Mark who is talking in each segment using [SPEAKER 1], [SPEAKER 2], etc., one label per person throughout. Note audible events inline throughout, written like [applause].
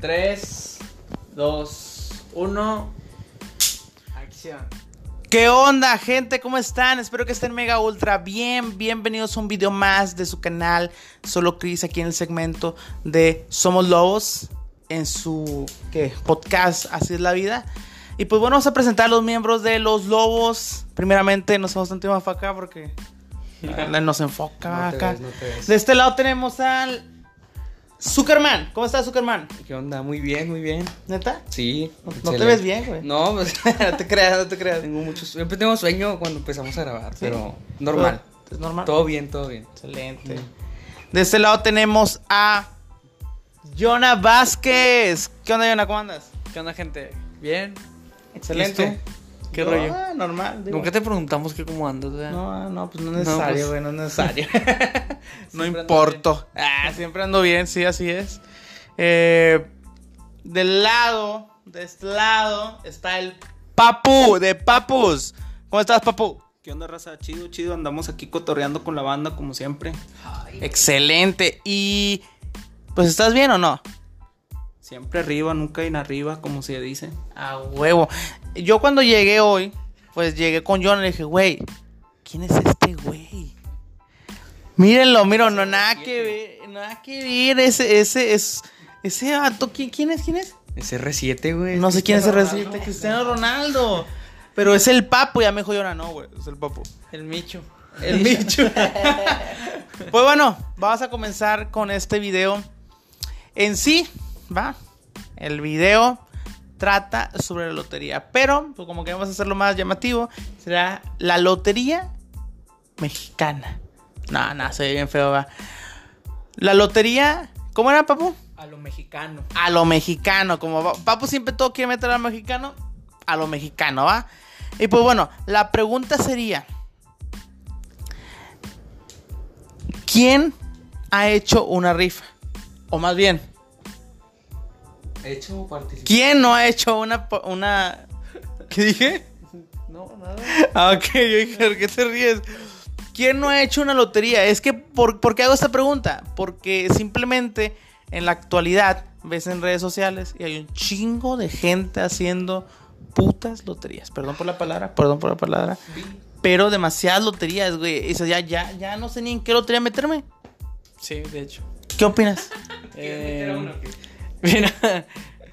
[SPEAKER 1] 3, 2, 1. Acción.
[SPEAKER 2] ¿Qué onda, gente? ¿Cómo están? Espero que estén mega ultra bien. Bienvenidos a un video más de su canal Solo Chris aquí en el segmento de Somos Lobos en su ¿qué? podcast Así es la vida. Y pues bueno, vamos a presentar a los miembros de Los Lobos. Primeramente nos vamos tanto más para
[SPEAKER 1] [laughs]
[SPEAKER 2] acá porque ah, nos
[SPEAKER 1] No
[SPEAKER 2] enfoca
[SPEAKER 1] te
[SPEAKER 2] acá.
[SPEAKER 1] ves, no te ves.
[SPEAKER 2] De este lado tenemos al Zuckerman. ¿Cómo estás, Zuckerman?
[SPEAKER 3] ¿Qué onda? Muy bien, muy bien.
[SPEAKER 2] ¿Neta?
[SPEAKER 3] Sí.
[SPEAKER 2] No- No te
[SPEAKER 3] excelente.
[SPEAKER 2] ves bien, güey.
[SPEAKER 3] No, pues [laughs]
[SPEAKER 2] no te creas, no te creas.
[SPEAKER 3] tengo mucho sueño. Siempre tengo sueño cuando empezamos a grabar, pero normal.
[SPEAKER 2] Es normal.
[SPEAKER 3] Todo bien, todo bien.
[SPEAKER 2] Excelente. De este lado tenemos a Jonah Vázquez. ¿Qué onda, Jonah? ¿Cómo andas?
[SPEAKER 4] ¿Qué onda, gente? ¿Bien?
[SPEAKER 2] Excelente.
[SPEAKER 4] ¿Qué
[SPEAKER 2] No,
[SPEAKER 4] rollo?
[SPEAKER 2] ah, normal. digo.
[SPEAKER 4] Nunca te preguntamos que cómo andas, ¿verdad?
[SPEAKER 2] No, no, pues no es necesario,
[SPEAKER 4] pues.
[SPEAKER 2] güey, no,
[SPEAKER 4] [laughs]
[SPEAKER 2] es necesario. [laughs] no
[SPEAKER 3] Siempre ando
[SPEAKER 2] importa. Ah, siempre ando bien, sí, así es. Eh, del lado, de este lado, está el Papu de Papus. ¿Cómo estás, Papu?
[SPEAKER 5] ¿Qué onda, raza? Chido, chido. Andamos aquí cotorreando con la banda como siempre.
[SPEAKER 2] Excelente. Y, pues, ¿estás bien o no?
[SPEAKER 5] Siempre arriba, nunca en arriba, como se dice.
[SPEAKER 2] A huevo. Yo cuando llegué hoy, pues llegué con John y le dije, güey, ¿quién es este güey? Mírenlo, miro, no, nada que ver, nada que ver, ese, ese, es, ese vato, ¿quién, quién es, quién es?
[SPEAKER 3] Es R7, güey.
[SPEAKER 2] No sé quién es el reciente, Cristiano Ronaldo. Pero es el papo, ya me dijo Jonah, no, güey, es el papo.
[SPEAKER 4] El Micho.
[SPEAKER 2] El bicho. [laughs] pues bueno, vamos a comenzar con este video. En sí, va. El video trata sobre la lotería. Pero, pues como queremos hacerlo más llamativo, será la lotería mexicana. No, no, se ve bien feo, va. La lotería. ¿Cómo era, papu?
[SPEAKER 5] A lo mexicano.
[SPEAKER 2] a lo mexicano. Como va- Papu siempre todo quiere meter a lo mexicano, a lo mexicano, ¿va? Y pues bueno, la pregunta sería: ¿Quién ha hecho una rifa? O más bien,
[SPEAKER 3] He hecho participar.
[SPEAKER 2] ¿quién no ha hecho una. po- una... ¿Qué dije?
[SPEAKER 3] No, nada.
[SPEAKER 2] [laughs] Ah, ok, yo dije, ¿por qué te ríes? ¿Quién no ha hecho una lotería? Es que, ¿por, por qué hago esta pregunta? Porque simplemente en la actualidad ves en redes sociales y hay un chingo de gente haciendo putas loterías. Perdón por la palabra, perdón por la palabra. Pero demasiadas loterías, güey. O sea, ya, ya, ya no sé ni en qué lotería meterme.
[SPEAKER 4] Sí, de hecho.
[SPEAKER 2] ¿Qué opinas?
[SPEAKER 4] Eh, mira,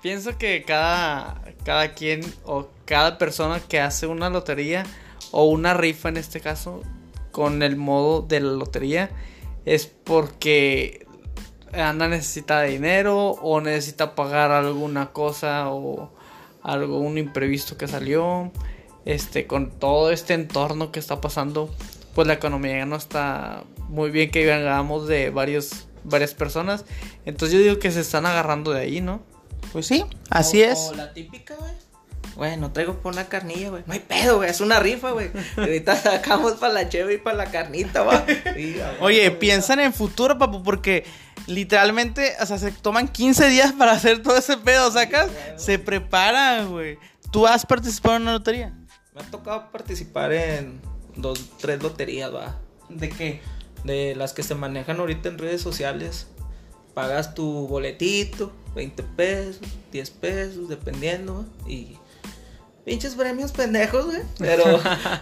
[SPEAKER 4] pienso que cada, cada quien o cada persona que hace una lotería o una rifa en este caso con el modo de la lotería es porque anda necesita de dinero o necesita pagar alguna cosa o algo un imprevisto que salió este con todo este entorno que está pasando pues la economía ya no está muy bien que vengamos de varios varias personas entonces yo digo que se están agarrando de ahí no
[SPEAKER 2] Pues sí, así es.
[SPEAKER 5] O la típica, güey. Güey, no traigo por una carnilla, güey. No hay pedo, güey. Es una
[SPEAKER 3] [laughs]
[SPEAKER 5] rifa, güey. Y Ahorita sacamos para la cheve y para la carnita, va. Sí, a huevo,
[SPEAKER 2] Oye,
[SPEAKER 5] güey.
[SPEAKER 2] piensan en futuro, papu, porque literalmente, o sea, se toman 15 días para hacer todo ese pedo, ¿sacas? Se preparan, güey. ¿Tú has participado en una lotería?
[SPEAKER 5] Me ha tocado participar en dos, tres loterías, va.
[SPEAKER 2] ¿De qué?
[SPEAKER 5] De las que se manejan ahorita en redes sociales. Pagas tu boletito, 20 pesos, 10 pesos, dependiendo, güey, y pinches premios pendejos, güey. Pero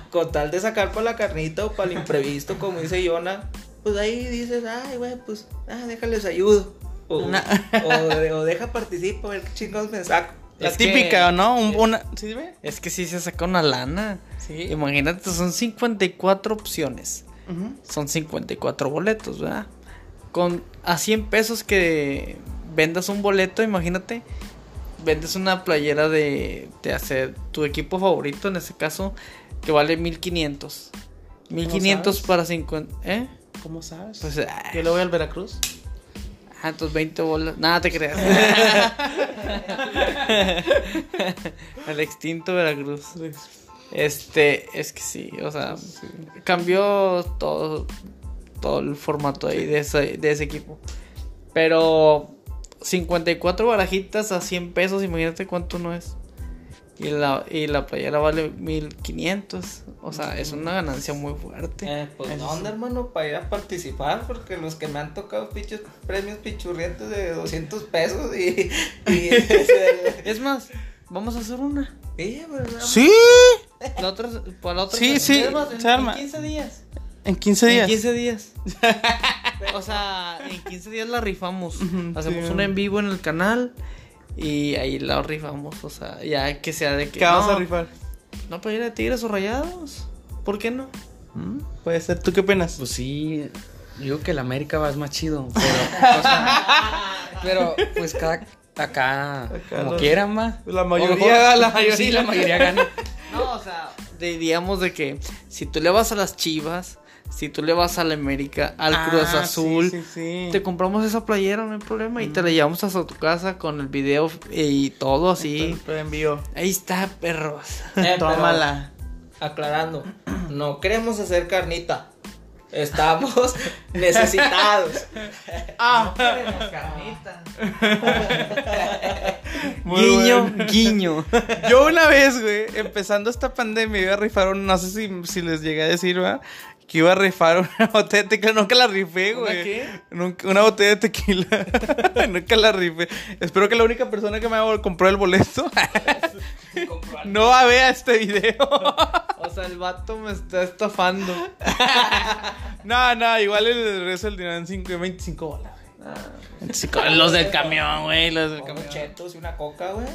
[SPEAKER 5] con tal de sacar para la carnita o para el imprevisto, como dice Yona, pues ahí dices, ay, güey, pues, ah, déjales ayudo. O,
[SPEAKER 2] Una-
[SPEAKER 5] o- o deja participo, a ver qué chingos me saco.
[SPEAKER 2] La
[SPEAKER 4] Es que-
[SPEAKER 2] típica, ¿no? Un- una... ¿Sí, ve?
[SPEAKER 4] es que si se saca una lana
[SPEAKER 2] Sí.
[SPEAKER 4] imagínate son 54 opciones
[SPEAKER 2] Ujú.
[SPEAKER 4] son 54 boletos, ¿verdad? Con a 100 pesos que vendas un boleto, imagínate, vendes una playera de, de hacer tu equipo favorito, en este caso, que vale 1500. 1500 para 50, ¿eh?
[SPEAKER 2] ¿Cómo sabes?
[SPEAKER 4] Pues ah,
[SPEAKER 2] Yo le voy al Veracruz.
[SPEAKER 4] ah, tus 20 bolas, nada
[SPEAKER 6] [laughs]
[SPEAKER 4] te creas. Al extinto Veracruz. Este, es que sí, o sea, cambió todo, todo el formato ahí de, ese, de ese equipo. Pero 54 barajitas a 100 pesos, imagínate cuánto no es.
[SPEAKER 6] Y la, y la playera vale 1500. O sea, es una ganancia muy fuerte.
[SPEAKER 5] Eh, pues dónde, hermano, para ir a participar, porque los que me han tocado pichos, premios pichurrientes de 200 pesos y...
[SPEAKER 2] [laughs]
[SPEAKER 5] y ese-
[SPEAKER 6] Es más, vamos a hacer una.
[SPEAKER 5] Sí, pues, no,
[SPEAKER 2] Sí,
[SPEAKER 6] La otra, para la otra
[SPEAKER 2] Sí, sí,
[SPEAKER 6] pues, Es más, en-
[SPEAKER 2] se arma.
[SPEAKER 6] en 15 días.
[SPEAKER 2] en 15
[SPEAKER 6] En
[SPEAKER 2] días.
[SPEAKER 6] 15 días. o sea, en 15 días la rifamos.
[SPEAKER 2] Ujú,
[SPEAKER 6] Hacemos
[SPEAKER 2] sí.
[SPEAKER 6] una en vivo en el canal y ahí la rifamos. O sea, ya que sea de que.
[SPEAKER 2] ¿Qué vamos
[SPEAKER 6] no,
[SPEAKER 2] a rifar?
[SPEAKER 6] No, pero ir a Tigres o Rayados. ¿Por qué no?
[SPEAKER 2] Mm, Puede ser, ¿tú qué opinas?
[SPEAKER 3] Pues sí, digo que el América va es más chido, pero, o sea, pero, pues cada acá, como
[SPEAKER 2] los-
[SPEAKER 3] quieran más.
[SPEAKER 2] La mayoría, la
[SPEAKER 3] Sí,
[SPEAKER 2] mayoría.
[SPEAKER 3] la mayoría gana.
[SPEAKER 6] No, o sea, diríamos de que si tú le vas a las Chivas, si tú le vas al América, al Cruz
[SPEAKER 2] Ah,
[SPEAKER 6] Azul,
[SPEAKER 2] Sí, sí, sí.
[SPEAKER 6] te compramos esa playera, no hay problema, y te la llevamos hasta tu casa con el video eh, y todo así.
[SPEAKER 2] Te envío.
[SPEAKER 6] Ahí está, perros.
[SPEAKER 5] eh,
[SPEAKER 6] [laughs]
[SPEAKER 5] pero
[SPEAKER 2] Tómala.
[SPEAKER 5] Aclarando, [clears throat] no queremos hacer carnita.
[SPEAKER 2] [laughs]
[SPEAKER 5] Estamos necesitados. ah,
[SPEAKER 2] Muy
[SPEAKER 6] guiño,
[SPEAKER 2] bueno.
[SPEAKER 6] guiño.
[SPEAKER 2] [laughs] Yo una vez, güey, empezando esta pandemia, iba a rifar un, no sé si, si les llegué a decir, ¿va? Que iba a rifar una [laughs] botella de tequila, nunca la rifé,
[SPEAKER 6] ¿Una
[SPEAKER 2] güey.
[SPEAKER 6] qué?
[SPEAKER 2] Nunca- una botella de tequila. [laughs] nunca la rifé. Espero que la única persona que me compró el boleto no vea este video.
[SPEAKER 6] [laughs] O sea, el vato me está estafando.
[SPEAKER 2] [laughs] no, no, igual el resto del dinero en cinco- 25 bolas.
[SPEAKER 6] Los del Ah. camión, güey, los del
[SPEAKER 5] Como chetos y una coca, güey.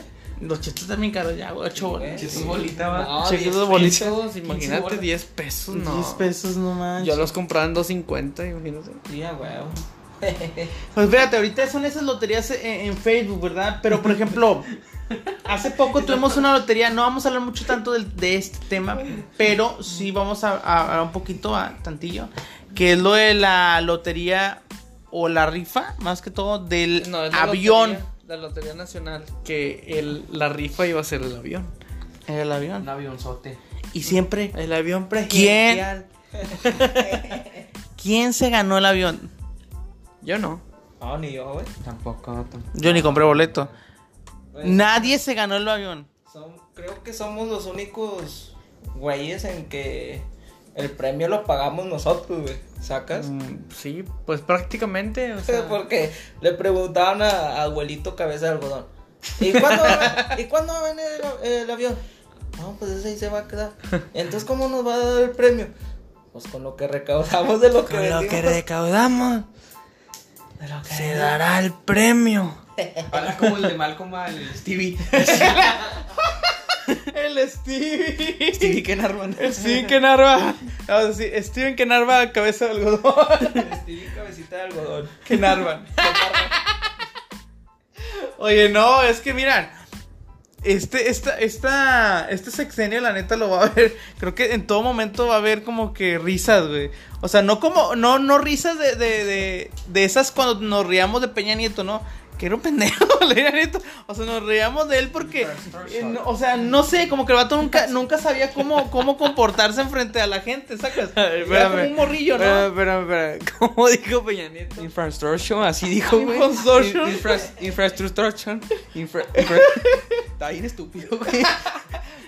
[SPEAKER 2] Los chetos también caros ya, güey, 8
[SPEAKER 5] bolas. Chetos
[SPEAKER 2] bolita,
[SPEAKER 6] No, 10
[SPEAKER 2] Chetos bolita.
[SPEAKER 6] pesos, imagínate, 10 pesos, no.
[SPEAKER 2] 10 pesos nomás.
[SPEAKER 6] Yo los compraba en 2.50, imagínate.
[SPEAKER 5] Sí, a huevo.
[SPEAKER 2] Pues fíjate, ahorita son esas loterías e, en, en Facebook, ¿verdad? Pero por ejemplo, hace
[SPEAKER 6] [laughs]
[SPEAKER 2] poco tuvimos una lotería, no vamos a hablar mucho tanto del- de, este tema, pero sí vamos a, a hablar un poquito, a, tantillo, que es lo de la lotería o la rifa, más que todo, del
[SPEAKER 6] No, es la
[SPEAKER 2] avión.
[SPEAKER 6] lotería- la Lotería Nacional, que el, la rifa iba a ser el avión.
[SPEAKER 2] El avión.
[SPEAKER 3] Un avionzote.
[SPEAKER 2] Y siempre,
[SPEAKER 6] El avión
[SPEAKER 2] presidencial. ¿quién se ganó el avión?
[SPEAKER 6] Yo no.
[SPEAKER 5] No, ni yo, güey.
[SPEAKER 3] Tampoco, tampoco.
[SPEAKER 2] Yo ni compré boleto.
[SPEAKER 5] Pues,
[SPEAKER 2] Nadie se ganó el avión.
[SPEAKER 5] son- creo que somos los únicos güeyes en que el premio lo pagamos nosotros, güey. ¿Sacas? [laughs]
[SPEAKER 6] Mm, sí, pues prácticamente. o sea,
[SPEAKER 5] Porque le preguntaban a, a abuelito cabeza de algodón. ¿Y cuándo, va- ¿y cuándo va a venir el, el avión? No, pues ese ahí se va a [laughs] quedar. Entonces, ¿cómo nos va a dar el premio? Pues con lo que recaudamos de lo que
[SPEAKER 6] con lo que
[SPEAKER 5] vendimos.
[SPEAKER 6] recaudamos,
[SPEAKER 5] De lo que
[SPEAKER 6] se dará el premio.
[SPEAKER 3] Habla como el de Malcolm, el Stevie. [laughs]
[SPEAKER 2] El Stevie.
[SPEAKER 3] Stevie
[SPEAKER 5] [laughs]
[SPEAKER 3] Kenarman.
[SPEAKER 2] Steven Kenarva. Vamos a decir, Steven Kenarva, cabeza de algodón.
[SPEAKER 5] Stevie cabecita de algodón.
[SPEAKER 2] Kenarva. Oye, no, es que miran. Este, esta, esta, este sexenio, la neta, lo va a ver. Creo que en todo momento va a haber como que risas, güey. O sea, no como, no, no risas de, de, de, de esas cuando nos riamos de Peña Nieto, no. Que era un pendejo, [laughs] la neta, Nieto. O sea, nos riamos de él porque. eh, no- o sea, no sé, como que el vato nunca, nunca sabía cómo, cómo comportarse frente a la gente,
[SPEAKER 6] [laughs]
[SPEAKER 2] ¿sacas? Era como
[SPEAKER 6] espérame.
[SPEAKER 2] un morrillo, ¿no?
[SPEAKER 6] Pero, pero, pero, ¿cómo dijo Peña Nieto?
[SPEAKER 3] Infrastructure, así dijo, güey.
[SPEAKER 2] Ah, Infrastructure.
[SPEAKER 3] In- infras- Infrastructure. Infra- infra- Está bien estúpido, güey.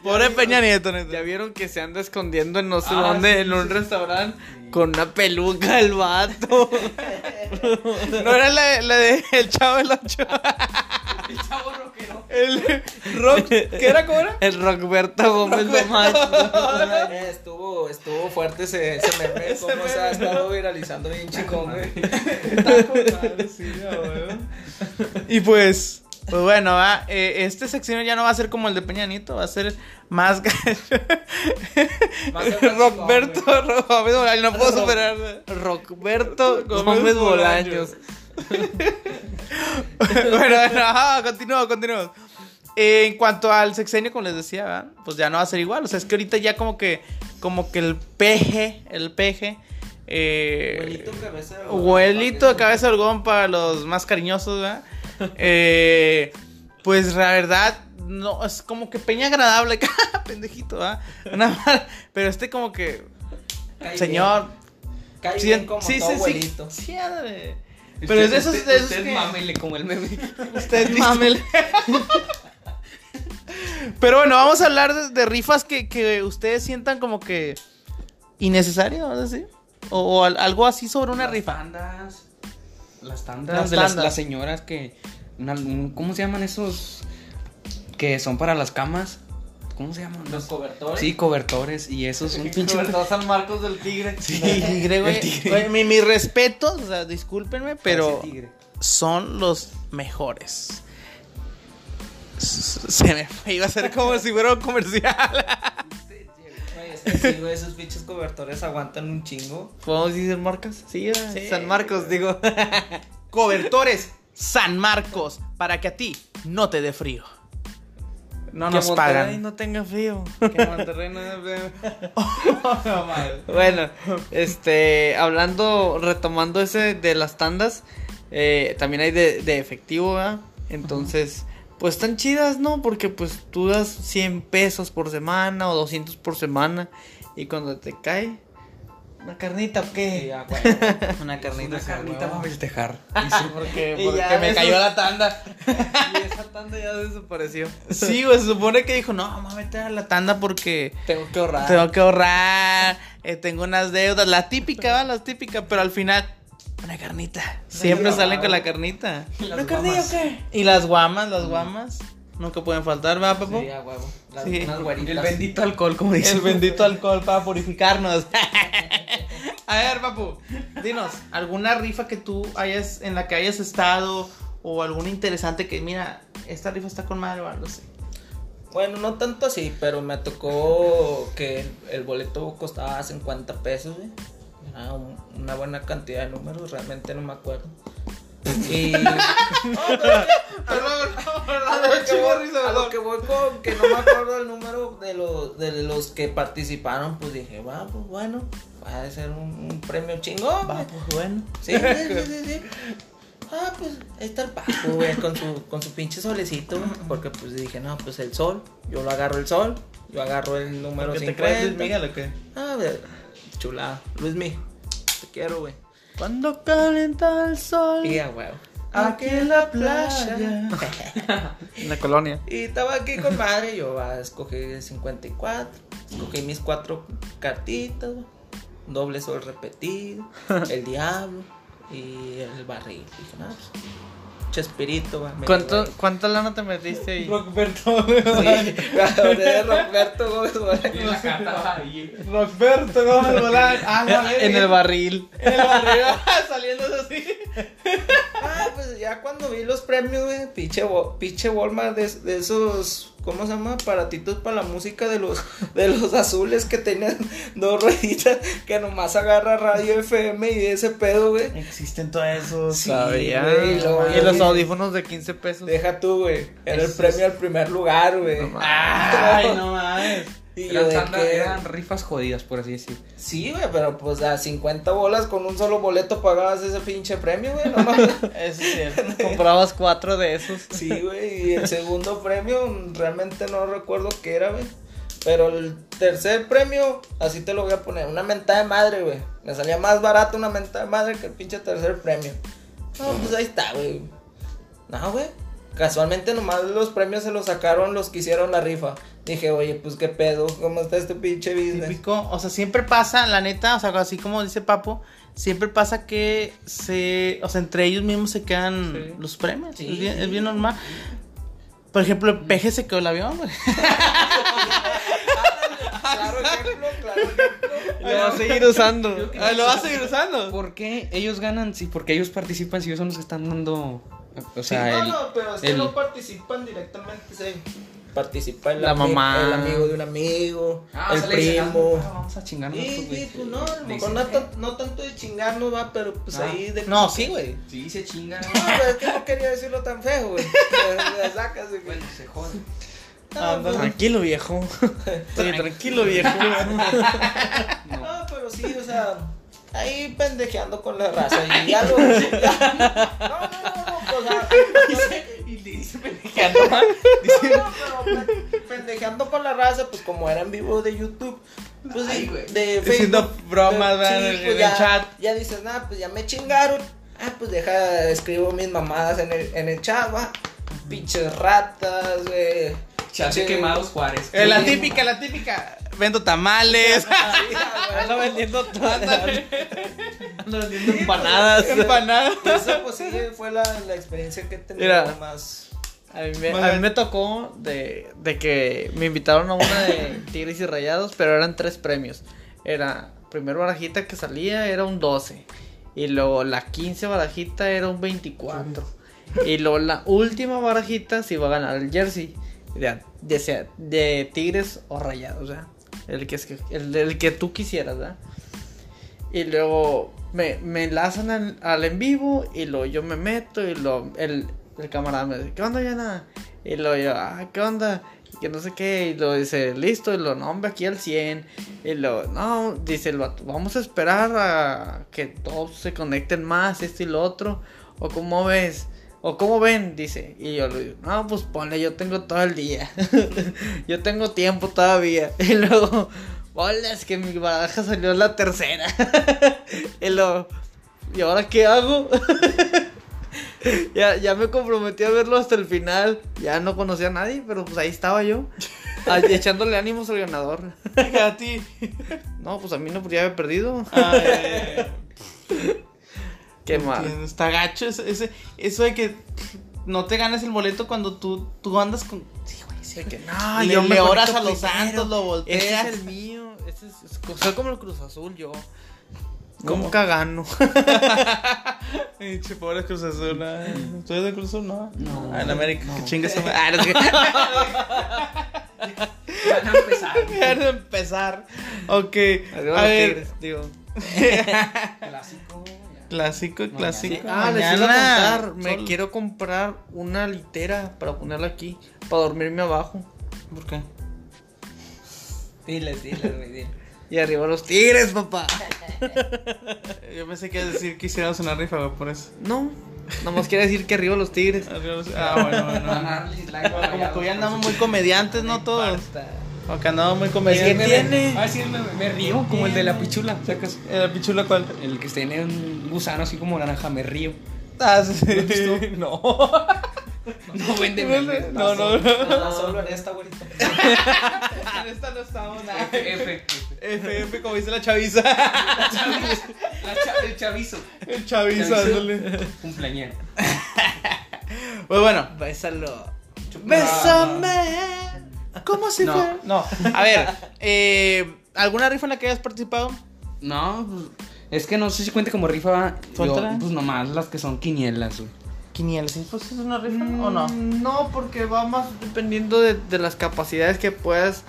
[SPEAKER 2] Pobre Peña Nieto, neta.
[SPEAKER 6] Ya vieron que se anda escondiendo en no sé
[SPEAKER 5] Ah,
[SPEAKER 6] dónde,
[SPEAKER 5] sí,
[SPEAKER 6] en un restaurante, con una peluca el
[SPEAKER 2] [laughs]
[SPEAKER 6] vato.
[SPEAKER 2] No era la, la de El Chavo del [laughs] Ocho. El Chavo Rockero. El Rock. ¿Qué era? ¿Cómo era?
[SPEAKER 6] El Roberto Gómez Domacho.
[SPEAKER 5] Eh, [laughs] Estuvo, estuvo fuerte ese, ese meme, Ah, cómo se ha estado viralizando bien chico, güey.
[SPEAKER 2] Y pues. Pues bueno, va, eh, este sección ya no va a ser como el de Peñanito, va a ser más. [laughs]
[SPEAKER 5] Va a ser más
[SPEAKER 2] Roberto
[SPEAKER 5] chingón,
[SPEAKER 2] Roberto Morales, no puedo superar.
[SPEAKER 6] Roberto
[SPEAKER 2] Gómez
[SPEAKER 6] Gómez
[SPEAKER 2] Bolaños. [laughs]
[SPEAKER 6] Bolaños.
[SPEAKER 2] bueno, bueno, ajá, continuamos, continuamos. Eh, en cuanto al sexenio, como les decía, ¿verdad? pues ya no va a ser igual. O sea, es que ahorita ya como que, como que el peje, el peje. Eh,
[SPEAKER 5] Abuelito cabeza de algodón.
[SPEAKER 2] Abuelito de cabeza de algodón para los más cariñosos, ¿verdad? Eh, pues la verdad, no, es como que peña agradable, [laughs] pendejito, ¿verdad? Una mala- pero este como que,
[SPEAKER 5] Cae
[SPEAKER 2] señor,
[SPEAKER 5] bien, cae
[SPEAKER 2] sí,
[SPEAKER 5] bien como
[SPEAKER 2] sí,
[SPEAKER 5] todo
[SPEAKER 2] sí,
[SPEAKER 5] abuelito.
[SPEAKER 2] sí, sí, ándale. Pero es de esos, de esos
[SPEAKER 3] Usted
[SPEAKER 2] que-
[SPEAKER 3] mámele como el meme.
[SPEAKER 2] Usted mámele. [laughs] Pero bueno, vamos a hablar de, de rifas que, que ustedes sientan como que innecesario, ¿verdad? Sí? O, o al- algo así sobre una rifa.
[SPEAKER 3] tandas. Las tandas
[SPEAKER 2] Las
[SPEAKER 3] de las-
[SPEAKER 2] tandas.
[SPEAKER 3] Las, señoras que. una- un- ¿Cómo se llaman esos? Que son para las camas. ¿Cómo se llaman?
[SPEAKER 7] Los cobertores.
[SPEAKER 3] Sí, cobertores. Y esos un pinche. [laughs]
[SPEAKER 7] Cobertor San Marcos del Tigre.
[SPEAKER 2] Tigre, güey. Güey, mi, mi respeto, o sea, discúlpenme, pero
[SPEAKER 3] Parece tigre.
[SPEAKER 2] son los mejores. S- Se me fue, iba a ser como si fuera un comercial.
[SPEAKER 5] Güey, es que sí, güey, esos pinches cobertores aguantan un chingo.
[SPEAKER 8] ¿Podemos decir marcas? Sí, eh, San Marcos, digo.
[SPEAKER 2] Cobertores San Marcos, para que a ti no te dé frío.
[SPEAKER 8] No,
[SPEAKER 2] Nos
[SPEAKER 8] Monterrey
[SPEAKER 2] pagan.
[SPEAKER 8] no tenga frío. Oh,
[SPEAKER 7] Que Monterrey no
[SPEAKER 8] [laughs]
[SPEAKER 7] No, madre.
[SPEAKER 8] Bueno, este, hablando, retomando ese de las tandas, eh, también hay de, de efectivo, ¿verdad? Entonces, pues están chidas, ¿no? Porque pues tú das 100 pesos por semana o 200 por semana y cuando te cae una carnita o
[SPEAKER 5] Y
[SPEAKER 8] qué.
[SPEAKER 5] ya, güey,
[SPEAKER 8] [laughs]
[SPEAKER 2] Una carnita.
[SPEAKER 3] Una carnita para festejar. [laughs]
[SPEAKER 7] Porque,
[SPEAKER 8] Y
[SPEAKER 7] porque
[SPEAKER 8] ya,
[SPEAKER 7] me
[SPEAKER 8] eso-
[SPEAKER 7] cayó la tanda.
[SPEAKER 8] [laughs] Y esa tanda ya desapareció.
[SPEAKER 2] Sí, güey, se supone que dijo, no, mamá, vete a la tanda porque
[SPEAKER 8] Tengo que ahorrar.
[SPEAKER 2] tengo que ahorrar, eh, tengo unas deudas, la típica, ¿va? la típica, pero al final, una carnita. Siempre
[SPEAKER 5] no,
[SPEAKER 2] salen
[SPEAKER 5] no.
[SPEAKER 2] con la carnita.
[SPEAKER 5] Las guamas.
[SPEAKER 2] Y las guamas, las guamas, nunca pueden faltar, ¿verdad, Papo?
[SPEAKER 5] Sí, a huevo. Las-
[SPEAKER 2] Sí.
[SPEAKER 5] unas güeritas.
[SPEAKER 3] El bendito alcohol, como dice.
[SPEAKER 2] El bendito alcohol para purificarnos. [laughs] A ver, papu, dinos, ¿alguna rifa que tú hayas, en la que hayas estado, o alguna interesante que, mira, esta rifa está con madre o algo así?
[SPEAKER 5] Bueno, no tanto así, pero me tocó que el, el boleto costaba 50 pesos, güey. Era un- una buena cantidad de números, realmente no me acuerdo. Y
[SPEAKER 2] [laughs]
[SPEAKER 5] a lo que voy- a lo que voy con que no me acuerdo el número de los, de los que participaron, pues dije, va, pues bueno, va a ser un, un premio chingón. güey".
[SPEAKER 2] pues bueno.
[SPEAKER 5] Sí, sí, sí, sí, sí. Ah, pues ahí está el Paco, güey, con su, con su pinche solecito, güey, porque pues dije, no, pues el sol, yo lo agarro el sol, yo agarro el número
[SPEAKER 2] ¿Qué te
[SPEAKER 5] 50.
[SPEAKER 2] crees, Luis Miguel, o qué?
[SPEAKER 5] Ah, güey, chulada. Luis Miguel, te quiero, güey.
[SPEAKER 8] Cuando calienta el sol.
[SPEAKER 5] Y a huevo.
[SPEAKER 2] Aquí en la playa.
[SPEAKER 5] [laughs]
[SPEAKER 8] En la colonia.
[SPEAKER 5] Y estaba aquí con madre, yo va, escogí el 54, escogí mis cuatro cartitas, güey, doble sol repetido, el diablo y el barril. Dije, no, pues, Chespirito, va. me
[SPEAKER 8] ¿Cuánto,
[SPEAKER 5] quedo ahí.
[SPEAKER 8] ¿Cuánta lana te metiste ahí?
[SPEAKER 5] [laughs] Sí, ganador de Roberto Gómez Bolaños.
[SPEAKER 2] Roberto Gómez Bolaños. Ah, no, a ver,
[SPEAKER 8] [laughs] en el
[SPEAKER 2] bien.
[SPEAKER 8] barril.
[SPEAKER 2] En el [laughs] barrio, saliendo así.
[SPEAKER 5] Ah, pues ya cuando vi los premios, güey, pinche, Wa- pinche Walmart de, de esos, ¿cómo se llama? Aparatitos para la música de los, de los azules que tenían dos rueditas que nomás agarra radio FM y ese pedo, güey.
[SPEAKER 2] Existen todos esos.
[SPEAKER 5] Sí,
[SPEAKER 8] Sabía.
[SPEAKER 5] güey, lo-
[SPEAKER 8] y los audífonos de 15
[SPEAKER 2] Pues,
[SPEAKER 8] pesos.
[SPEAKER 5] Deja tú, güey. Era el premio al primer lugar, güey.
[SPEAKER 8] No mames.
[SPEAKER 2] Ay, no mames.
[SPEAKER 5] y yo
[SPEAKER 3] Eran,
[SPEAKER 5] de
[SPEAKER 3] tandas-
[SPEAKER 5] que-
[SPEAKER 3] eran rifas jodidas, por así decir.
[SPEAKER 5] Sí, güey, pero pues a 50 bolas con un solo boleto pagabas ese pinche premio, güey. No mames.
[SPEAKER 2] Eso es cierto.
[SPEAKER 8] [laughs] Comprabas cuatro de esos.
[SPEAKER 5] Sí, güey, y el segundo premio mm, realmente no recuerdo qué era, güey. Pero el tercer premio, así te lo voy a poner, una mentada de madre, güey. Me salía más barato una mentada de madre que el pinche tercer premio. No, pues ahí está, güey. No, güey. Casualmente nomás los premios se los sacaron los que hicieron la rifa. Dije, oye, pues qué pedo, ¿cómo está este pinche business?
[SPEAKER 2] Típico, o sea, siempre pasa, la neta, o sea, así como dice Papo, siempre pasa que se, o sea, entre ellos mismos se quedan los premios,
[SPEAKER 5] Sí.
[SPEAKER 2] es, bien, es bien normal. Por ejemplo, el peje se quedó el avión, güey.
[SPEAKER 5] Claro ejemplo, claro ejemplo.
[SPEAKER 8] Lo vas a seguir usando.
[SPEAKER 2] Ah, Lo vas a seguir usando.
[SPEAKER 3] ¿Por qué ellos ganan? Sí, porque ellos participan si ellos son los que están dando. O sea,
[SPEAKER 5] no,
[SPEAKER 3] el-
[SPEAKER 5] no, pero es que
[SPEAKER 3] el-
[SPEAKER 5] no participan directamente, sí. Participa el,
[SPEAKER 8] La
[SPEAKER 5] ami-
[SPEAKER 8] mamá.
[SPEAKER 5] el amigo de un amigo, el
[SPEAKER 3] se le dice, "Ah,
[SPEAKER 5] primo.
[SPEAKER 3] Vamos a chingarnos.
[SPEAKER 5] Sí,
[SPEAKER 3] güey".
[SPEAKER 5] sí, pues no, a lo
[SPEAKER 3] Le
[SPEAKER 5] mejor
[SPEAKER 3] dicen,
[SPEAKER 5] no, tan- no tanto de chingarnos va, pero pues
[SPEAKER 3] Ah.
[SPEAKER 5] ahí de.
[SPEAKER 2] No, sí, güey.
[SPEAKER 3] Sí, se chingan.
[SPEAKER 5] No, pero es que no quería decirlo tan feo, güey. [laughs] Pero la sacas, güey.
[SPEAKER 3] Se joden.
[SPEAKER 2] Ah,
[SPEAKER 5] No, pues,
[SPEAKER 8] Tranquilo,
[SPEAKER 2] [laughs]
[SPEAKER 8] viejo. Sí, tranquilo, [laughs] viejo.
[SPEAKER 5] no, pero sí, o sea, ahí pendejeando con
[SPEAKER 2] [laughs]
[SPEAKER 5] la raza. Y ya lo. ya- No, no, no, no, o sea,
[SPEAKER 2] Y le dice
[SPEAKER 5] No, pero pe- pendejando con la raza, pues como era en vivo de YouTube, pues sí, de Facebook.
[SPEAKER 2] Haciendo bromas,
[SPEAKER 5] de-
[SPEAKER 2] ¿verdad?
[SPEAKER 5] sí,
[SPEAKER 2] en el-
[SPEAKER 5] pues,
[SPEAKER 2] en
[SPEAKER 5] ya,
[SPEAKER 2] el chat.
[SPEAKER 5] Ya dices, nada, pues ya me chingaron. Ah, pues deja, escribo mis mamadas en el, en el chat, va. Pinches ratas, güey. Chance [laughs] quemados Juárez.
[SPEAKER 9] Eh, la típica, la típica. Vendo tamales,
[SPEAKER 2] Ando vendiendo
[SPEAKER 5] Ando vendiendo
[SPEAKER 2] empanadas.
[SPEAKER 9] empanadas.
[SPEAKER 5] Esa pues sí fue la, la experiencia que tenía
[SPEAKER 2] Mira.
[SPEAKER 9] [laughs]
[SPEAKER 5] más.
[SPEAKER 2] A mí me,
[SPEAKER 9] Madre.
[SPEAKER 2] a mí me tocó de, de que me invitaron a una de Tigres y Rayados, pero eran tres premios. Era, primer barajita que salía era un 12. Y luego la 15 barajita era un 24. Y luego la última barajita se iba a ganar el jersey. De, de, sea- de Tigres o Rayados, ¿verdad? El que, es que- el, el que tú quisieras, ¿verdad? Y luego me, me enlazan al, al en vivo y luego yo me meto y luego el, el camarada me dice, ¿qué onda, Yana? Y luego yo, ah, ¿qué onda? Y que no sé qué, y lo dice, listo, y lo nombre aquí al 100. Y lo, no, dice el vato, vamos a esperar a que todos se conecten más, esto y lo otro. O cómo ves, o cómo ven, dice. Y yo le digo, no, pues ponle, yo tengo todo el día. [laughs] yo tengo tiempo todavía. [laughs] Y luego, hola, es que mi baraja salió la tercera. [laughs] y luego, ¿y ahora qué hago? [laughs] ya, ya me comprometí a verlo hasta el final. Ya no conocía a nadie, pero pues ahí estaba
[SPEAKER 9] [laughs]
[SPEAKER 2] yo. a- Echándole ánimos al ganador.
[SPEAKER 9] A ti. Ah,
[SPEAKER 2] No, pues a mí no podría haber perdido.
[SPEAKER 9] Ay, ay, ay.
[SPEAKER 2] [laughs] Qué mal.
[SPEAKER 9] Entiendo, Está gacho ese- ese- eso de que no te ganes el boleto cuando tú, tú andas con. Sí, güey, sí.
[SPEAKER 2] De que, no,
[SPEAKER 9] Le-
[SPEAKER 2] yo
[SPEAKER 9] le
[SPEAKER 2] me
[SPEAKER 9] oras
[SPEAKER 2] conecto
[SPEAKER 9] a los
[SPEAKER 2] primero.
[SPEAKER 9] santos, lo
[SPEAKER 2] Ese
[SPEAKER 9] volteas.
[SPEAKER 2] es el mío. Ese es, es- soy como el Cruz Azul, yo. Nunca
[SPEAKER 9] [laughs]
[SPEAKER 2] gano.
[SPEAKER 9] Pinche pobre Cruz Azul. ay. ¿Tú eres de Cruz Azul? No.
[SPEAKER 3] No.
[SPEAKER 9] Ah, en América.
[SPEAKER 3] No.
[SPEAKER 9] Que
[SPEAKER 2] [laughs]
[SPEAKER 9] chingue su madre. Ah, no sé qué.
[SPEAKER 5] Van a empezar.
[SPEAKER 9] Dejar de empezar. Ok.
[SPEAKER 2] Adiós,
[SPEAKER 9] A ver.
[SPEAKER 2] Tigres, digo.
[SPEAKER 5] Clásico.
[SPEAKER 9] Clásico, clásico.
[SPEAKER 2] Sí, Ah, les iba
[SPEAKER 9] Mañana.
[SPEAKER 2] a contar. Me
[SPEAKER 9] Sol-
[SPEAKER 2] quiero comprar una litera para ponerla aquí. Para dormirme abajo.
[SPEAKER 9] ¿Por qué?
[SPEAKER 5] Diles, diles, güey, diles.
[SPEAKER 2] Y arriba los tigres, papá.
[SPEAKER 9] [laughs] Yo pensé que ibas a decir que hicieras una rifa, güey, por eso.
[SPEAKER 2] No, nomás quiere decir que arriba los tigres.
[SPEAKER 9] Ah, bueno,
[SPEAKER 3] [laughs]
[SPEAKER 9] bueno. [laughs] Como que hoy andamos muy comediantes, ¿no? Todos. Como que andamos muy
[SPEAKER 3] Pues, ¿Qué
[SPEAKER 9] comediantes.
[SPEAKER 3] tiene?
[SPEAKER 5] Ah, sí, me, me río,
[SPEAKER 3] Como el de la pichula, sacas.
[SPEAKER 9] ¿El pichula cuál?
[SPEAKER 3] El que tiene un gusano así como naranja, me río.
[SPEAKER 9] Ah, sí.
[SPEAKER 3] No. No vende memes.
[SPEAKER 9] No, no, no.
[SPEAKER 5] No, solo en esta, güerito.
[SPEAKER 9] En esta no estamos nada.
[SPEAKER 5] F.
[SPEAKER 9] FF, como dice la chaviza.
[SPEAKER 5] La cha- el chavizo.
[SPEAKER 9] El chaviza,
[SPEAKER 5] Chaviza.
[SPEAKER 9] ándale.
[SPEAKER 5] Cumpleañero.
[SPEAKER 9] Pues bueno.
[SPEAKER 2] Bésalo.
[SPEAKER 9] Bésame. ¿Cómo se
[SPEAKER 3] No.
[SPEAKER 9] fue? No. A ver, eh, ¿alguna rifa en la que hayas participado?
[SPEAKER 3] No, pues, es que no sé si cuenta como rifa. va. Yo,
[SPEAKER 9] Suéltala.
[SPEAKER 3] pues nomás las que son quinielas, güey.
[SPEAKER 9] Quiniales. ¿Pues es una rifa o no?
[SPEAKER 2] Mm, No, porque va más dependiendo de, de las capacidades que puedas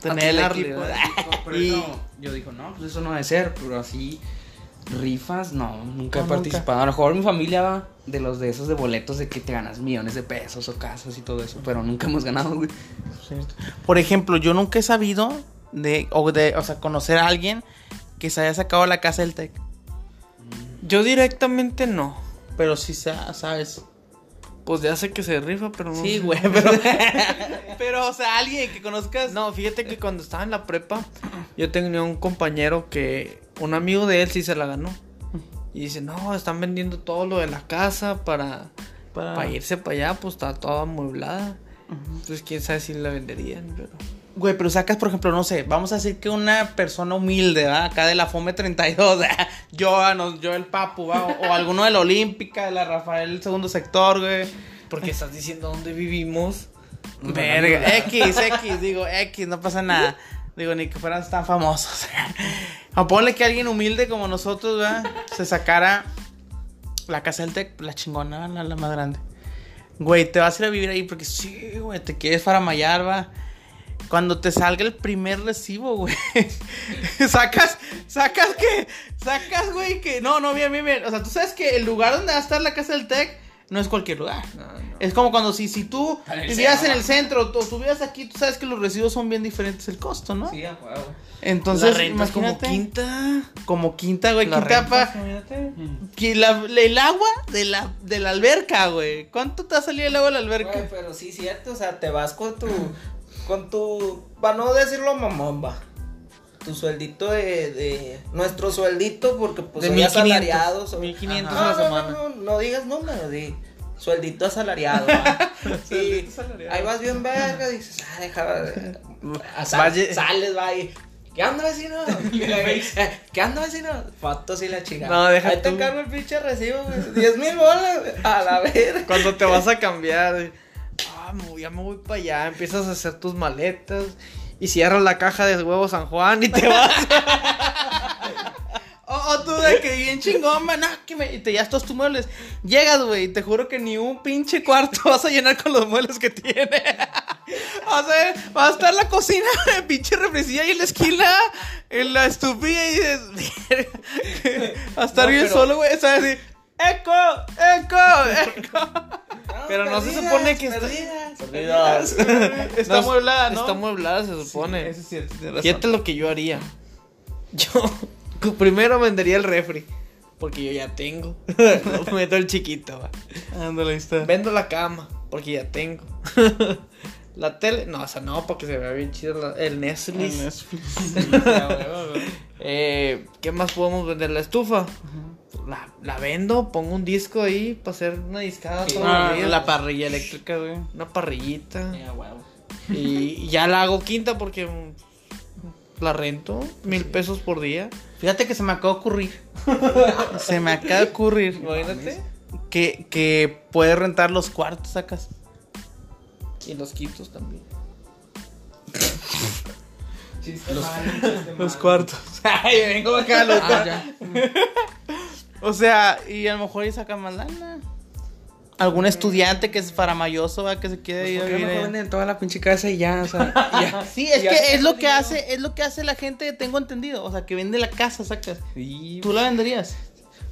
[SPEAKER 9] Tener el
[SPEAKER 2] acumularle,
[SPEAKER 9] equipo.
[SPEAKER 2] ¿verdad?
[SPEAKER 3] [laughs] Por
[SPEAKER 2] Y-
[SPEAKER 3] eso yo digo, no, pues eso no debe ser, pero así rifas, no, nunca he
[SPEAKER 9] No,
[SPEAKER 3] participado. A lo mejor mi familia va de los de esos de boletos de que te ganas millones de pesos o casas y todo eso, pero nunca hemos ganado, güey.
[SPEAKER 9] Por ejemplo, yo nunca he sabido de o, de, o sea, conocer a alguien que se haya sacado la casa del TEC.
[SPEAKER 2] Yo directamente no.
[SPEAKER 9] Pero sí sa- sabes.
[SPEAKER 2] Pues ya sé que se rifa, pero no.
[SPEAKER 9] Sí,
[SPEAKER 2] sé.
[SPEAKER 9] güey, [laughs] pero. pero, o sea, alguien que conozcas.
[SPEAKER 2] No, fíjate que cuando estaba en la prepa, yo tenía un compañero que, un amigo de él sí se la ganó. Y dice, no, están vendiendo todo lo de la casa para,
[SPEAKER 9] Para-
[SPEAKER 2] para irse para allá, pues está toda amueblada. Entonces, quién sabe si la venderían, pero...
[SPEAKER 9] Güey, pero sacas, por ejemplo, no sé, vamos a decir que una persona humilde, ¿va? Acá de la FOME 32, ¿verdad? [laughs] yo, ah, no, yo el Papu, ¿va? O, o alguno de la Olímpica, de la Rafael Segundo Sector, güey.
[SPEAKER 2] Porque estás diciendo dónde vivimos.
[SPEAKER 9] Verga, X, X, digo, X, no pasa nada. Digo, ni que fueran tan famosos. [laughs] O ponle que alguien humilde como nosotros, ¿verdad? Se sacara la casa del Tec, la chingona, la, la más grande. Güey, te vas a ir a vivir ahí porque sí, güey, te quieres faramayar, va. Cuando te salga el primer recibo, güey. [laughs] sacas, sacas que, sacas, güey, que. No, no, bien, bien, bien. O sea, tú sabes que el lugar donde va a estar la casa del Tec no es cualquier lugar. Es como cuando si, si tú
[SPEAKER 3] En el
[SPEAKER 9] vivías
[SPEAKER 3] centro,
[SPEAKER 9] en el centro o tú vivías aquí, tú sabes que los residuos son bien diferentes el costo, ¿no?
[SPEAKER 5] Sí, a huevo.
[SPEAKER 9] Entonces,
[SPEAKER 2] la renta es como
[SPEAKER 9] imagínate,
[SPEAKER 2] quinta.
[SPEAKER 9] como quinta, güey,
[SPEAKER 2] La
[SPEAKER 9] quinta
[SPEAKER 2] renta,
[SPEAKER 9] pa- que la- el agua de la, de la alberca, güey. ¿Cuánto te va a salir el agua de la
[SPEAKER 5] Güey,
[SPEAKER 9] alberca?
[SPEAKER 5] pero sí, cierto, o sea, te vas con tu, con tu, para no decirlo mamón, va, tu sueldito de, de, nuestro sueldito, porque pues
[SPEAKER 9] De
[SPEAKER 5] soy
[SPEAKER 9] 1500,
[SPEAKER 5] asalariado, soy-
[SPEAKER 9] 1500
[SPEAKER 5] Ajá.
[SPEAKER 9] a la
[SPEAKER 5] Ah, No, no,
[SPEAKER 9] semana.
[SPEAKER 5] No, no, no digas números, di, Sueldito asalariado, ¿va? Sí.
[SPEAKER 1] Sueldito asalariado.
[SPEAKER 5] Ahí vas bien verga, dices, ah, deja. a
[SPEAKER 2] Vas
[SPEAKER 5] sal-
[SPEAKER 2] lle-
[SPEAKER 5] sales, va y. ¿Qué anda vecino? [laughs] ¿Qué anda vecino? Fotos y la chingada.
[SPEAKER 2] No, deja
[SPEAKER 5] Ahí te
[SPEAKER 2] tú.
[SPEAKER 5] encargo el pinche recibo, güey. 10 mil bolas, güey. A la verga.
[SPEAKER 2] Cuando te vas a cambiar, ah, me voy- ya me voy para allá, empiezas a hacer tus maletas y cierras la caja de huevo San Juan y te vas.
[SPEAKER 9] [laughs] O o tú de que bien chingón, man, ah, que me... Y te llevas todos tus muebles. Llegas, güey, y te juro que ni un pinche cuarto [laughs] vas a llenar con los muebles que tiene. o sea, va a estar la cocina, [laughs] pinche refresilla y en la esquina, en la estupilla y dices, [laughs] "Verga". va a estar
[SPEAKER 5] No,
[SPEAKER 9] bien
[SPEAKER 5] pero-
[SPEAKER 9] solo, güey. Sabes así, eco, eco,
[SPEAKER 2] [laughs] Pero no se
[SPEAKER 5] perdidas,
[SPEAKER 2] supone que está-
[SPEAKER 5] Perdidas.
[SPEAKER 9] eco. Está mueblada, ¿no?
[SPEAKER 2] Está mueblada, se supone.
[SPEAKER 9] Eso es cierto, tienes razón.
[SPEAKER 2] Fíjate lo que yo haría. Yo cu- primero vendería el refri. Porque yo ya
[SPEAKER 9] [laughs]
[SPEAKER 2] tengo. Lo Meto el chiquito, va.
[SPEAKER 9] Ándale, ahí está.
[SPEAKER 2] Vendo la cama. Porque ya tengo. [laughs] la tele. No, o sea, no, porque se vea bien chido la- el Netflix. Eh, ¿Qué más podemos vender? La estufa. La, la vendo, pongo un disco ahí para hacer una discada. todos los
[SPEAKER 9] Ah,
[SPEAKER 2] días.
[SPEAKER 9] la parrilla eléctrica, güey.
[SPEAKER 2] Una parrillita.
[SPEAKER 5] Ya, huevo.
[SPEAKER 2] Y ya la hago quinta porque mm, la rento mil pesos por día.
[SPEAKER 9] Fíjate que se me acaba de ocurrir. se me acaba de ocurrir.
[SPEAKER 2] Imagínate.
[SPEAKER 9] Que, que puedes rentar los cuartos, sacas.
[SPEAKER 2] [laughs] Y los quitos también.
[SPEAKER 9] Los cuartos. Ay, vengo acá los
[SPEAKER 3] Ah,
[SPEAKER 9] cuartos.
[SPEAKER 3] ya.
[SPEAKER 9] O sea, y a lo mejor y saca más lana. Algún estudiante que es faramayoso, va, que se quiere ir a
[SPEAKER 3] Pues, ¿Por qué
[SPEAKER 9] vivir
[SPEAKER 3] mejor
[SPEAKER 9] ahí.
[SPEAKER 3] venden toda la pinche casa y ya, o sea, y ya.
[SPEAKER 9] [laughs] Sí, es
[SPEAKER 5] Y hace
[SPEAKER 9] que es lo que
[SPEAKER 5] dinero.
[SPEAKER 9] hace, es lo que hace la gente, tengo entendido. O sea, que vende la casa, sacas.
[SPEAKER 3] [laughs] Sí,
[SPEAKER 9] ¿Tú la venderías?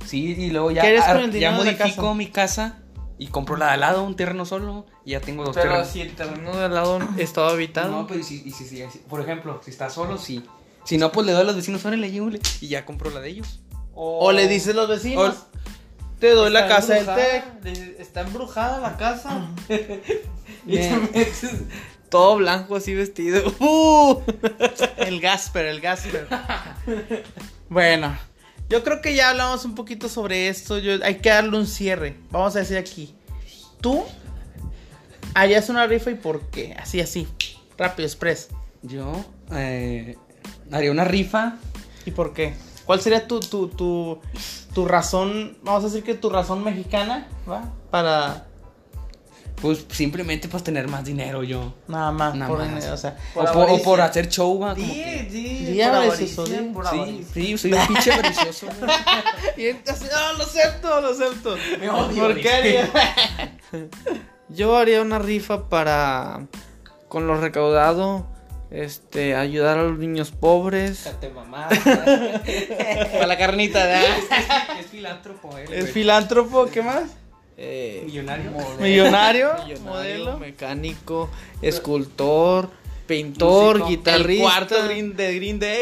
[SPEAKER 3] sí, y luego ya,
[SPEAKER 9] ¿Qué harías con
[SPEAKER 3] ar-
[SPEAKER 9] el
[SPEAKER 3] ya
[SPEAKER 9] dinero de la
[SPEAKER 3] modifico
[SPEAKER 9] casa?
[SPEAKER 3] mi casa y compro la de al lado, un terreno solo, y ya tengo dos
[SPEAKER 2] Pero
[SPEAKER 3] terrenos.
[SPEAKER 2] si el terreno de al lado estaba habitado.
[SPEAKER 3] No, pero y si, y si- si- si- por ejemplo, si está solo, sí. Si no, pues le doy a los vecinos, órale, llévole, y ya compro la de ellos.
[SPEAKER 9] O le dices a los vecinos, te doy la
[SPEAKER 2] Está
[SPEAKER 9] casa del
[SPEAKER 2] embrujada,
[SPEAKER 9] TEC.
[SPEAKER 2] le- Está embrujada la casa. [laughs] y te
[SPEAKER 3] Bien.
[SPEAKER 2] metes todo blanco así vestido.
[SPEAKER 9] [laughs]
[SPEAKER 2] ¡Uh!
[SPEAKER 9] El Gasper,
[SPEAKER 2] [laughs]
[SPEAKER 9] el Gasper. bueno, yo creo que ya hablamos un poquito sobre esto. Yo, hay que darle un cierre. Vamos a decir aquí. Tú harías una rifa y por qué. Así, así. Rápido, express.
[SPEAKER 3] Yo eh, haría una rifa.
[SPEAKER 9] ¿Y por qué? ¿Cuál sería tu, tu, tu, tu razón? Vamos a decir que tu razón mexicana, ¿va? Para
[SPEAKER 3] Pues simplemente para tener más dinero yo.
[SPEAKER 9] nada más.
[SPEAKER 3] Nada
[SPEAKER 9] por
[SPEAKER 3] más.
[SPEAKER 9] dinero, o sea,
[SPEAKER 3] o, por, o por hacer show, va, como que-
[SPEAKER 2] Sí, sí.
[SPEAKER 9] Sí, ahora
[SPEAKER 2] por
[SPEAKER 9] es eso,
[SPEAKER 2] avaricia,
[SPEAKER 9] sí.
[SPEAKER 2] por
[SPEAKER 3] Sí,
[SPEAKER 2] avaricia.
[SPEAKER 3] sí, soy un [laughs] pinche precioso.
[SPEAKER 9] Y entonces, "Ah, lo acepto, lo acepto.
[SPEAKER 3] odio,
[SPEAKER 9] ¿Por qué
[SPEAKER 3] dice.
[SPEAKER 9] harías?
[SPEAKER 2] [laughs] Yo haría una rifa para con lo recaudado este ayudar a los niños pobres.
[SPEAKER 5] Déjate mamá. Es
[SPEAKER 9] Para la carnita, ¿verdad?
[SPEAKER 5] es filántropo,
[SPEAKER 3] eh,
[SPEAKER 5] él.
[SPEAKER 9] Es filántropo, ¿qué más?
[SPEAKER 2] eh,
[SPEAKER 5] Millonario.
[SPEAKER 9] Millonario,
[SPEAKER 2] millonario,
[SPEAKER 9] modelo.
[SPEAKER 2] mecánico, escultor, pintor,
[SPEAKER 3] Músico.
[SPEAKER 2] guitarrista.
[SPEAKER 9] de Green Day.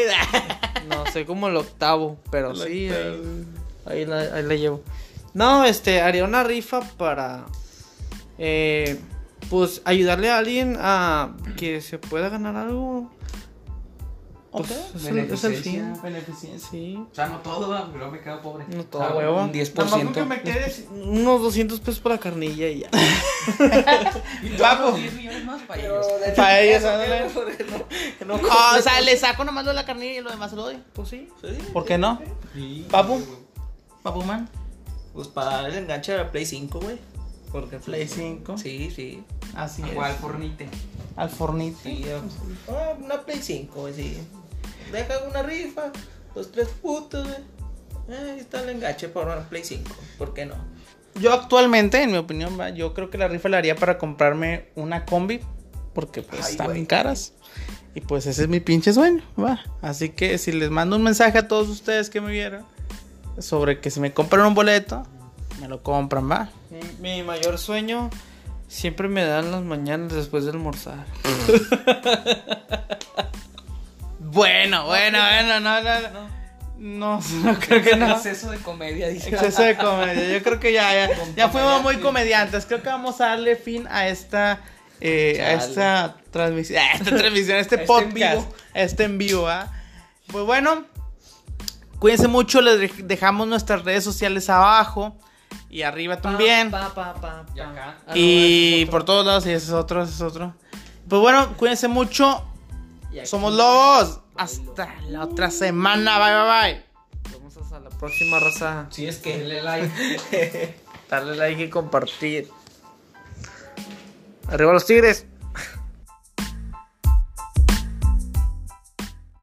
[SPEAKER 2] No sé como el octavo, pero
[SPEAKER 9] El
[SPEAKER 2] sí,
[SPEAKER 9] octavo.
[SPEAKER 2] Ahí, ahí la, ahí la llevo. No, este, haría una rifa para. eh, pues ayudarle a alguien a que se pueda ganar algo. Pues, es, el, es el fin.
[SPEAKER 9] Beneficencia.
[SPEAKER 2] Sí.
[SPEAKER 3] O sea, no todo, va, pero me quedo pobre.
[SPEAKER 2] No todo,
[SPEAKER 3] O sea,
[SPEAKER 9] huevo.
[SPEAKER 3] Un
[SPEAKER 2] Nada más con que
[SPEAKER 3] 10%.
[SPEAKER 2] me quedes unos 200 pesos para carnilla
[SPEAKER 9] [laughs]
[SPEAKER 2] y ya.
[SPEAKER 9] Papo.
[SPEAKER 3] 10 millones más para ellos.
[SPEAKER 9] Para ellos, ándale.
[SPEAKER 5] no,
[SPEAKER 2] [laughs]
[SPEAKER 5] no,
[SPEAKER 9] Ah, o sea, le saco nomás lo de la carnilla y lo demás se lo doy.
[SPEAKER 2] Pues sí.
[SPEAKER 9] ¿Por qué no?
[SPEAKER 5] Sí.
[SPEAKER 9] Papu. Papu Man.
[SPEAKER 5] Pues para dar el enganche a la Play 5, güey. Porque
[SPEAKER 9] Play 5.
[SPEAKER 5] Sí, sí.
[SPEAKER 9] Así es.
[SPEAKER 3] Igual, fornite.
[SPEAKER 9] Al fornite.
[SPEAKER 5] sí ah, una Play 5, güey, sí. Deja una rifa. Los tres putos, güey. Ah, Ahí está el enganche para una Play 5. ¿Por qué no?
[SPEAKER 9] Yo actualmente, en mi opinión, va, yo creo que la rifa la haría para comprarme una combi. Porque pues
[SPEAKER 5] Ay,
[SPEAKER 9] están
[SPEAKER 5] güey.
[SPEAKER 9] bien caras. Y pues ese es mi pinche sueño, va. Así que si les mando un mensaje a todos ustedes que me vieron sobre que si me compran un boleto, me lo compran, va.
[SPEAKER 2] Mi, mi mayor sueño siempre me dan las mañanas después de almorzar.
[SPEAKER 9] Bueno, bueno, bueno, no, no, no. No, [laughs] no creo que no.
[SPEAKER 3] Exceso de comedia, dice.
[SPEAKER 9] Exceso de comedia. Yo creo que ya, ya, ya fuimos muy comediantes. Creo que vamos a darle fin a esta, eh, a esta transmisión, [laughs] a esta transmisión, a este
[SPEAKER 3] Este en vivo.
[SPEAKER 9] podcast, a este en vivo, ¿ah? Pues bueno, cuídense mucho. Les dej- dejamos nuestras redes sociales abajo. Y arriba también.
[SPEAKER 2] Pa, pa, pa, pa.
[SPEAKER 3] Y acá.
[SPEAKER 2] Ah, no, ese es
[SPEAKER 9] y
[SPEAKER 2] otro.
[SPEAKER 9] por todos lados, y ese es otro, ese es otro. Pues bueno, cuídense mucho.
[SPEAKER 3] Y aquí-
[SPEAKER 9] Somos lobos. Hasta la otra semana. Bye, bye, bye.
[SPEAKER 2] Vamos hasta la próxima raza.
[SPEAKER 5] Si es que.
[SPEAKER 3] Dale like.
[SPEAKER 2] Darle like y compartir. Arriba los tigres.